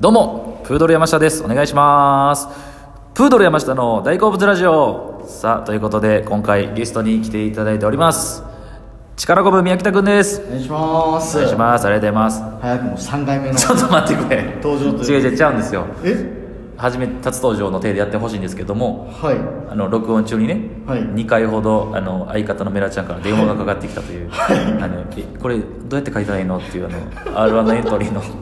どうも、プードル山下です。お願いします。プードル山下の大好物ラジオ。さあ、ということで、今回ゲストに来ていただいております。力こぶ宮北くんです。お願いしますお願いします。ありがとうございま早くも3回目のす。ちょっと待ってくれ。登場と違いう違う違うんですよ。え初め、初登場の手でやってほしいんですけども、はいあの、録音中にね、はい2回ほど、あの、相方のメラちゃんから電話がかかってきたと いう、あの、えこれ、どうやって書いたらいいのっていう、あの、R1 のエントリーの、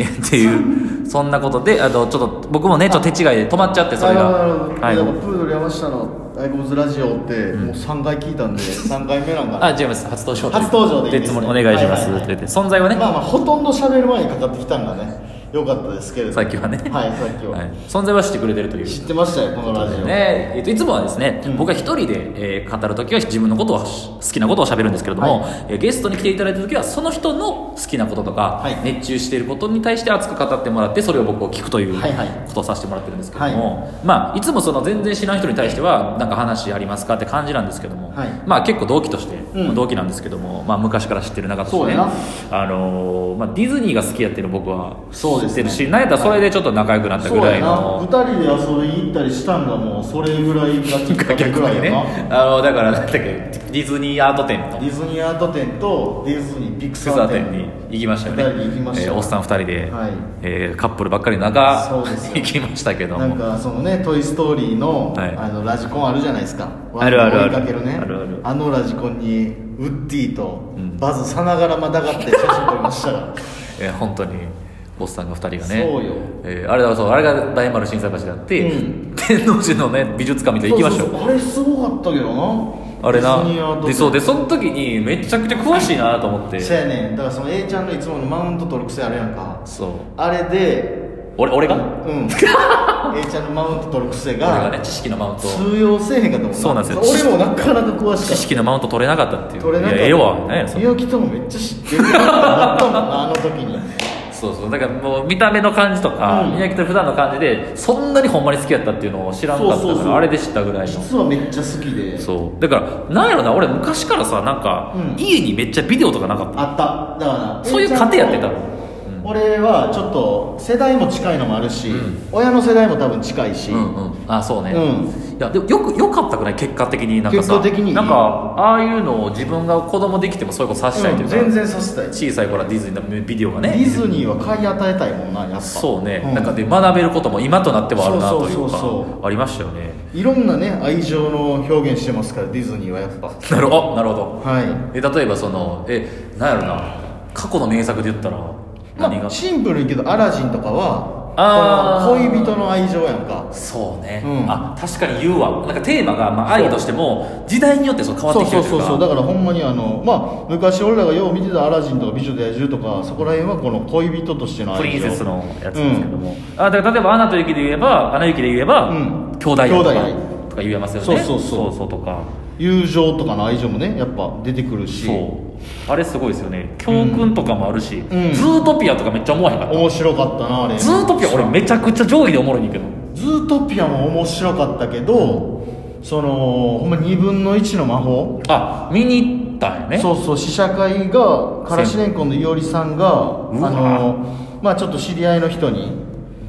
えっていう、そんなことで、あの、ちょっと、僕もね、ちょっと手違いで止まっちゃって、それが。あのはいなんかプードル山下の大好物ラジオってもう3回聞い たんで3回目なんかあ、違います。初登場という初登場でいいでですつねもりお願いします。はいはいはいと言って存在はね、まあまあほとんど喋る前にかかってきたんがね良かったですけれどさっきはね、はいさっきは、はい存在はしてくれてるという。知ってましたよこのラジオねえっといつもはですね、うん僕が一人で、えー語る時は自分のことをし好きなことをしゃべるんですけれども、はえーゲストに来ていただいた時はその人の好きなこととか、はい熱中していることに対して熱く語ってもらってそれを僕を聞くというはいはいことをさせてもらってるんですけれども、いまあ、いつもその全然知らない人に対してはなんか話ありますかって感じなんですけども、はいまあ、結構同期として、うんまあ同期なんですけども、まあ、昔から知ってる中としてそうねやなあのーまあ、ディズニーが好きやっていうの僕はそう知でっすてねるし、なんやったらそれでちょっと仲良くなったそぐうらやいなの2。人で遊びに行ったりしたんがもうそれぐらいがきっかけ 逆ぐらにいねやな、あのだからなんだっけディズニーアート展とディズニーアート展とディズニーピククサセサーー展展に行きましたよね二人で行きましたえーおっさん2人で、はいえーカップルばっかりの中そうですよ行きましたけどなもんかそのね「トイ・ストーリーの」はいあのラジコンあるじゃないですかあるあるある追いかけるねあるあるあのラジコンにウッディとうんバズさながらまたがって写真撮りまし たらえー本当におっさんが2人がねそうよえーあれだそうあれが大丸心斎橋であって、うん天王寺のね美術館みたいに行きましょそうそそあれすごかったけどなあれディズニーアーなトでそうでその時にめちゃくちゃ詳しいなと思ってそうやねんだからその A ちゃんのいつものマウント取る癖あるやんかそうあれで俺俺がうん A ちゃんのマウント取る癖俺がねが知識のマウント通用せえへんかったもんそうなんですよ俺もなかなか詳しか知った識のマウント取れなかったっていう取れなかったいやええわ何やそれみゆきともめっちゃ知ってるなったもんなあの時にそうそうだからもう見た目の感じとか、うん宮城と普段の感じでそんなにほんまに好きやったっていうのを知らんかったからそうそうそうあれで知ったぐらいの実はめっちゃ好きでそうだからなんやろな俺昔からさなんか、うん家にめっちゃビデオとかなかったあっただからそういう家庭やってたのうん俺はちょっと世代も近いのもあるし、うん親の世代も多分近いし、うんうんあそうね、ういやでもよくよかったくない結果的になんかさ結果的にいいなんかああいうのを自分が子供できてもそういうことさしたいというか、全然させたい、小さい頃はディズニーのビデオがねディズニーは買い与えたいもんなやっぱそうね、んなんかで学べることも今となってはあるなというかそうそうそうありましたよねいろんなね愛情の表現してますからディズニーはやっぱなるほどなるほどはいえ例えばそのえなんやろな過去の名作で言ったら何が、まあシンプルに言うけどアラジンとかはあーこの恋人の愛情やんかそうね、うんあ確かに言うわなんかテーマが、まあ、愛としても時代によってそう変わっそてうきてるそうといそううかそうだからほんまにあのまあ昔俺らがよう見てた「アラジン」とか「美女と野獣」とかそこら辺はこの恋人としての愛情プリンセスのやつですけども、あだから例えば「アナと雪」で言えば「アナ雪」で言えば、うん兄弟愛とか兄弟愛とか言えますよねそうそうそうそうとか友情とかの愛情もねやっぱ出てくるしそうあれすごいですよね教訓とかもあるし、んズートピアとかめっちゃ思わへんかった、面白かったなあれズートピア俺めちゃくちゃ上位でおもろいねんけどズートピアも面白かったけどそのほんま2分の1の魔法あ見に行ったんやねそうそう試写会がカラシレンコンのいおりさんがあうわのまあちょっと知り合いの人に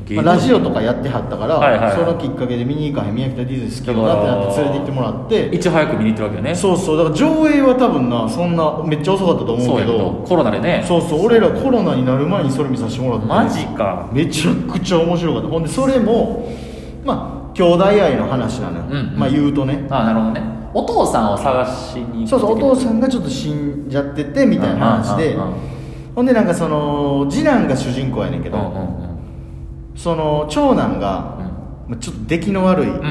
芸ま能人あラジオとかやってはったから、はいはいはいそのきっかけで見に行かへん宮北ディズニー好きだなってなって連れて行ってもらっていち早く見に行ってるわけよねそうそうだから上映は多分なそんなめっちゃ遅かったと思そううけやけどどコロナでねそうそう俺らコロナになる前にそれ見させてもらってマジかめちゃくちゃ面白かったほんでそれもまあ兄弟愛の話なのよ、うんうんまあ言うとねあなるほどねお父さんを探しにそうそうお父んさんがちょっと死んじゃっててみたいな話でうんうんうんうんほんでなんかその次男が主人公やねんけうど、んうんその長男が、うんまあちょっと出来の悪いんうんう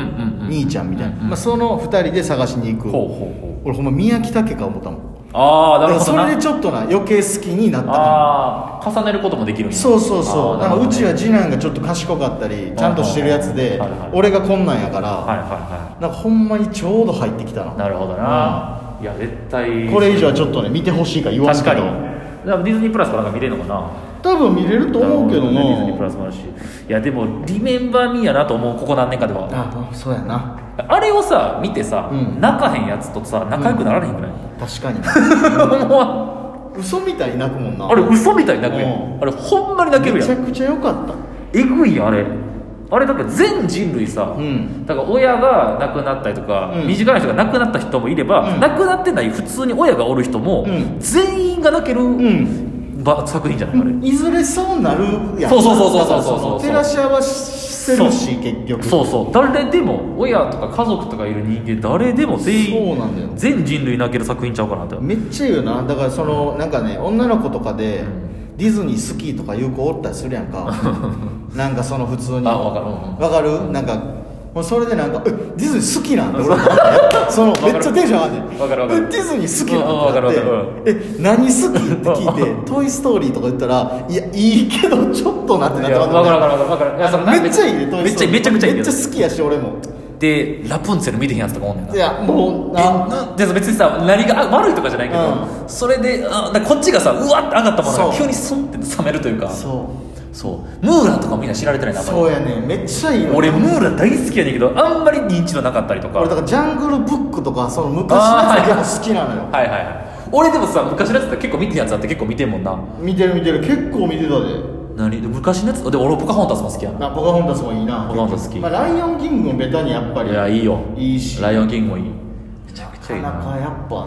ん兄ちゃんみたいな、うんうんまあ、その2人で探しに行ほくうほうほう俺ほんま宮城武か思ったもんああなるほどだかならそれでちょっとな余計好きになったかもああ重ねることもできるんやそうそうあそうーなるだからほうどねちは次男がちょっと賢かったりちゃんとしてるやつではいはい俺がこんなんやから、はいはいはなんかほんまにちょうど入ってきたないなるほどな、いや絶対これ以上はちょっとね見てほしいから言わんけ確どかにだからディズニープラスかなんか見れるのかな多分見れると思うけどなるほねディズニープラなスもあるしいやでも「リメンバー・ミー」やなと思うここ何年かではあそうやなあれをさ見てさ、うん 泣かへんやつとさ仲良くなられへんくない、確かに思わん嘘みたいに泣くもんなあれ嘘みたいに泣くやうんんあれほんまに泣けるめやちゃんくちゃ良かったえぐいやんあれあれだから全人類さ、うんだから親が亡くなったりとか、うん身近な人が亡くなった人もいれば、うん亡くなってない普通に親がおる人も、うん全員が泣ける、んば作品じゃないあれ、いずれそうなるやんそうそうそうそうそうそうそう照らし合わせてるし結局そうそう誰でも親とか家族とかいる人間誰でも全そ員うなんだよ全人類泣ける作品ちゃうかなってめっちゃ言うなだからそのなんかね女の子とかで、んディズニー好きとかいう子おったりするや んかなんかその普通にあわかるうんわかるなんかもうそれでなんか「えディズニー好きなんだ」俺はそのめっちゃテンション上がってわかるわかるえディズニー好きなんだ」うんうんわかるわかるってなってえ何好き?」って聞いて「トイ・ストーリー」とか言ったら「いやいいけどちょっとな」ってなっいてやまわかたるわかるわかるわかるいやそのなめっちゃいいねトイめスっトちーゃリーめちゃくちゃいいめけどっちゃ好きやし俺もでラプンツェル見てへんやつとかおんねんないやもうえななで別にさ何があ悪いとかじゃないけど、それであだからこっちがさうわって上がったものがそう急にスンって冷めるというかそうそうムーランとかみんな知られてないなあんまりそうやねめっちゃいいよ俺ムーラン大好きやねんけどあんまり認知度なかったりとか俺だからジャングルブックとかその昔のやつが結構好きなのよ、はいはいはい俺でもさ昔のやつって結構見てるやつあって結構見てんもんな見てる見てる結構見てたで何で昔のやつで俺ポカホンタスも好きやななポカホンタスもいいなポカホンタス好きまあ、ライオンキングもベタにやっぱりいやいいよいいしライオンキングもいいめちゃくちゃいいなかななかやっぱ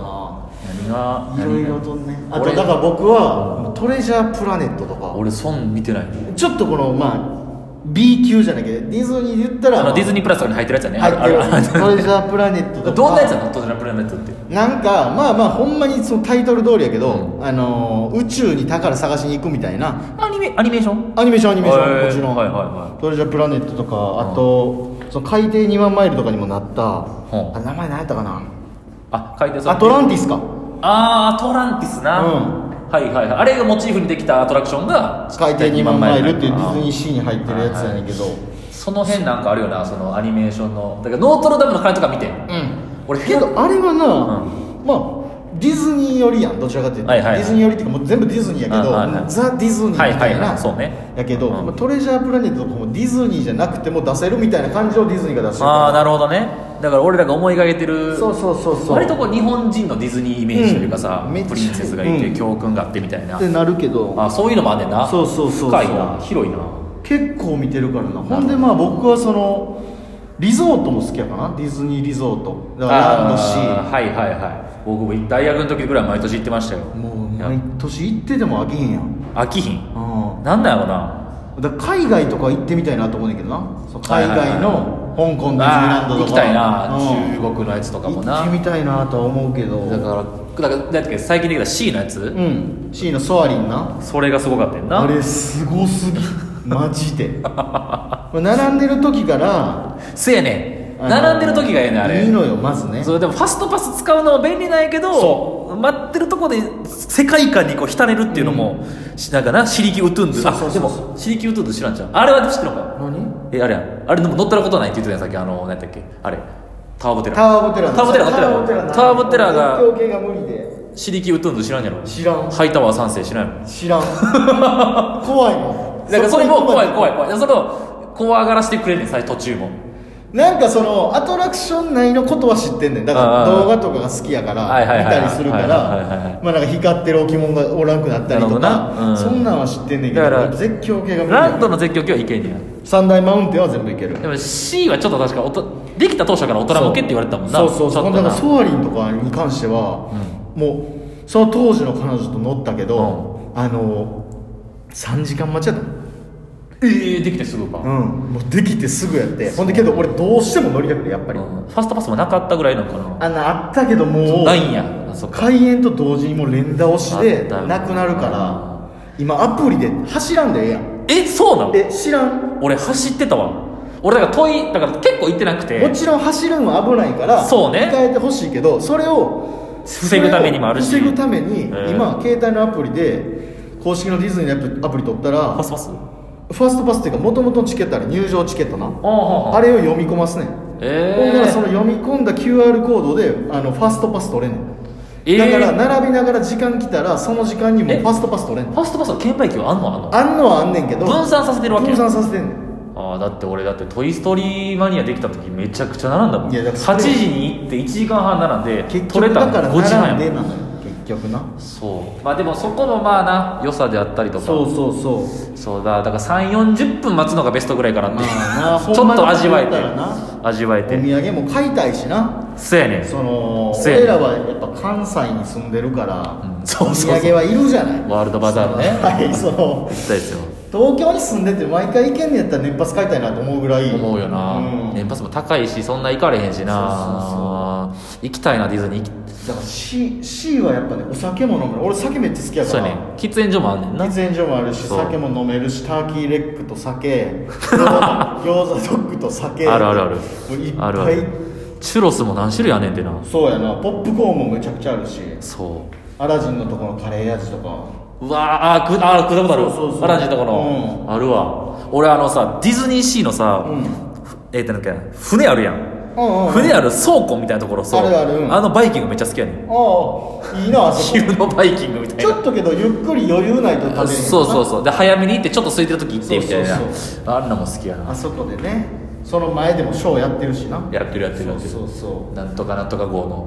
何がないろいろ何がとねあ俺とだから僕はトレジャープラネットとか俺損見てないちょっとこのまあ B 級じゃなきゃディズニーで言ったらあのディズニニープラスとかに入ってるやつやね入あるあるってるトレジャープラネットとかどんなやつなのトレジャープラネットってなんかまあまあほんまにそのタイトル通りやけど、あのー宇宙に宝探しに行くみたいなアニメアニメーションアニメーションアニメーショへンーもちろん、はいはいはトレジャープラネットとかあと、その海底2万マイルとかにもなった、んあ名前何やったかなあ書いてアトランティススかあーアトランティスな、うんはいはいはいあれがモチーフにできたアトラクションが海底2万マイルっていうディズニーーシーに入ってるやつやねんけど、その辺なんかあるよなそのアニメーションのだからノートルダムの鐘とか見てうん俺けどあれはな、うまあディズニー寄りやんどちらかというと、はいはいはいディズニー寄りっていうかもう全部ディズニーやけど、うんはいはいザ・ディズニーみたいな、はいはいはいそうねやけど、うんまあトレジャープラネットとかもディズニーじゃなくても出せるみたいな感じをディズニーが出してるああなるほどねだから俺らが思いがけてるそうそうそうそう割とこう日本人のディズニーイメージというかさ、うんめっちゃプリンセスがいて、うん教訓があってみたいなってなるけどあそういうのもあんねんなそうそうそうそう深いな広いな結構見てるからなほんでまあ僕はそのリゾートも好きやかなディズニーリゾートだからランドシあーはいはいはい僕も大学の時ぐらい毎年行ってましたよーもういや毎年行ってても飽きへんやん、飽きひんう、なんだろうなんだから海外とか行ってみたいなと思うねんだけどなそう海外の香港ディズニーランドあーとか行きたいな、うん中国のやつとかもな行ってみたいなとは思うけどだからだからだって最近できた C のやつ、うん C のソアリンなそれがすごかったよなあれすごすぎマジで これ並んでる時からせやねあんの並んでる時がええねんあれいいのよまずねそうでもファストパス使うのは便利なんやけど待ってるとこで世界観にこう浸れるっていうのも、しなんかなシリキウトゥンドゥそうそうそうそうあでもシリキウトゥンドゥ知らんじゃんあれは知ってるのか何えあれやんあれでも乗ったらことないって言ってたやんさっきあの何だっけあれタワーボテラタワーボテラタワーボテラ乗ってたやんタワーボテラが東京系が無理でシリキウトゥンドゥ知らんやろ知らんハイタワー三世知らんやろ知 らん怖いもんだからそれも怖い怖いい怖いいやそれを怖がらせてくれんねん最途中もなんかそのアトラクション内のことは知ってんねんだからあー動画とかが好きやからはいはい見はいたりするかはいはいはいはらまあなんか光ってる置物がおらんくなったなりとるほどなうかんそんなんは知ってんねんけだからど絶叫系が無理ランドやの絶叫系はいけんねや三大マウンテンは全部いけるでも C はちょっと確かおとできた当初から大人向けって言われてたもんなそうそうそうちょっだとかならソアリンとかに関しては、もうその当時の彼女と乗ったけど、あの3時間待ちやったのええできてすぐか、うん、もうできてすぐやってほんでけど俺どうしても乗りたくてやっぱり、うんファストパスもなかったぐらいなのかなあんなあったけどもうないんやあそっか開園と同時にもう連打押しあでったよなくなるから今アプリで走らんでええやんえそうなのえ知らん俺走ってたわ俺だから遠いだから結構行ってなくてもちろん走るのは危ないからそうね控えてほしいけどそれを防ぐためにもあるしそれを防ぐために、うん今携帯のアプリで公式のディズニーのアプアプリ取ったらファストパスファーストパスっていうかもともとのチケットあれ入場チケットなああれを読み込ますねんえほんえならその読み込んだ QR コードであのファーストパス取れんの、えーだから並びながら時間来たらその時間にもうえファーストパス取れんのファストパスの券売機はあんのあんのあんのはあんねんけど分散させてるわけ分散させてんねんああだって俺だって「トイ・ストーリーマニア」できた時めちゃくちゃ並んだもんいやだから8それ時に行って1時間半並んで結取局れただのから5時半並んでやもなんのよ結局なそうまあでもそこのまあな良さであったりとかそうそうそうそうだだから3 4 0分待つのがベストぐらいかなって、まあなちょっと味わえほんてまに思ったら味わえお土て産も買いたいしなそうやねんそのせやね俺らはやっぱ関西に住んでるから、うん そうそうそうお土産はいるじゃないワールドバザールねその 行はいそのきたいですよ東京に住んでて毎回行けんねやったら年パス買いたいなと思うぐらい思うよな、うん年パスも高いしそんな行かれへんしな行きたいなディズニー行きだから C, C はやっぱねお酒も飲む俺酒めっちゃ好きやかそうらやねん喫煙所もあんねんな喫煙所もあるしそう酒も飲めるしターキーレッグと 酒餃子餃子ドッグと酒あるあるあるもういっぱいあるあるチュロスも何種類あんねんってなそうやなポップコーンもめちゃくちゃあるしそアラジンのところのカレー味とかううわーあーくあー食ったことあるそうそうそうアラジンとこの、あるわ俺あのさディズニーシーのさ、うんえー、となんか船あるやん、うんうん船ある倉庫みたいなところそうあるあるうんのバイキングめっちゃ好きや ねんああいいな あそこ昼のバイキングみたいなちょっとけどゆっくり余裕ないと食べれへんそうそううそうで早めに行ってちょっと空いてる時行ってみたいなそうそうあんなも好きやあなそこでねその前でもショーやってるしなやってるやってるやってるそう そうなんとかなんとか号の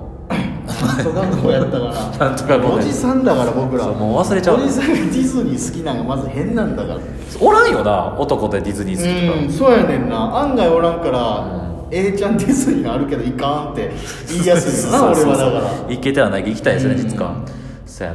そうなんとかやったからなんとか号おじさんだから僕らそうもう忘れちゃうおじさんがディズニー好きなんがまず変なんだからうおらんよな男でディズニー好きとかんそうやねんな案外おらんからう A ちゃんディズニーあるけどいかんって言いやすいよ なそう俺そうはそうだから行けてはない行きたいですよねうん実家そうやな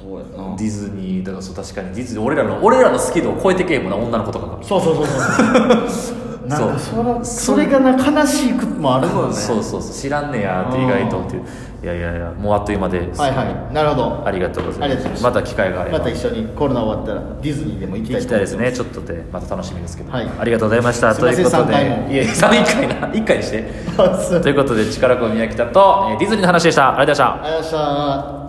そうやなディズニーだからそう確かにディズニー俺らの俺らの好き度を超えてけえもんな女の子とかがそうそうそうそうなんかそらそそうれがな悲しいこともあるもんねそうそうそう知らんねやって意外とっていういやいやいやもうあっという間ですはいはいなるほどありがとうござありいがとまうごすざまいまた機会があればまた一緒にコロナ終わったらディズニーでも行きた行いきとたい思いでますねちょっとでまた楽しみですけど、はいありがとうございましたすいませとんいうことで三回もいえ3回な1回にして あそうということで力子宮北と、えーディズニーの話でしたありがとうございましたありがとうございました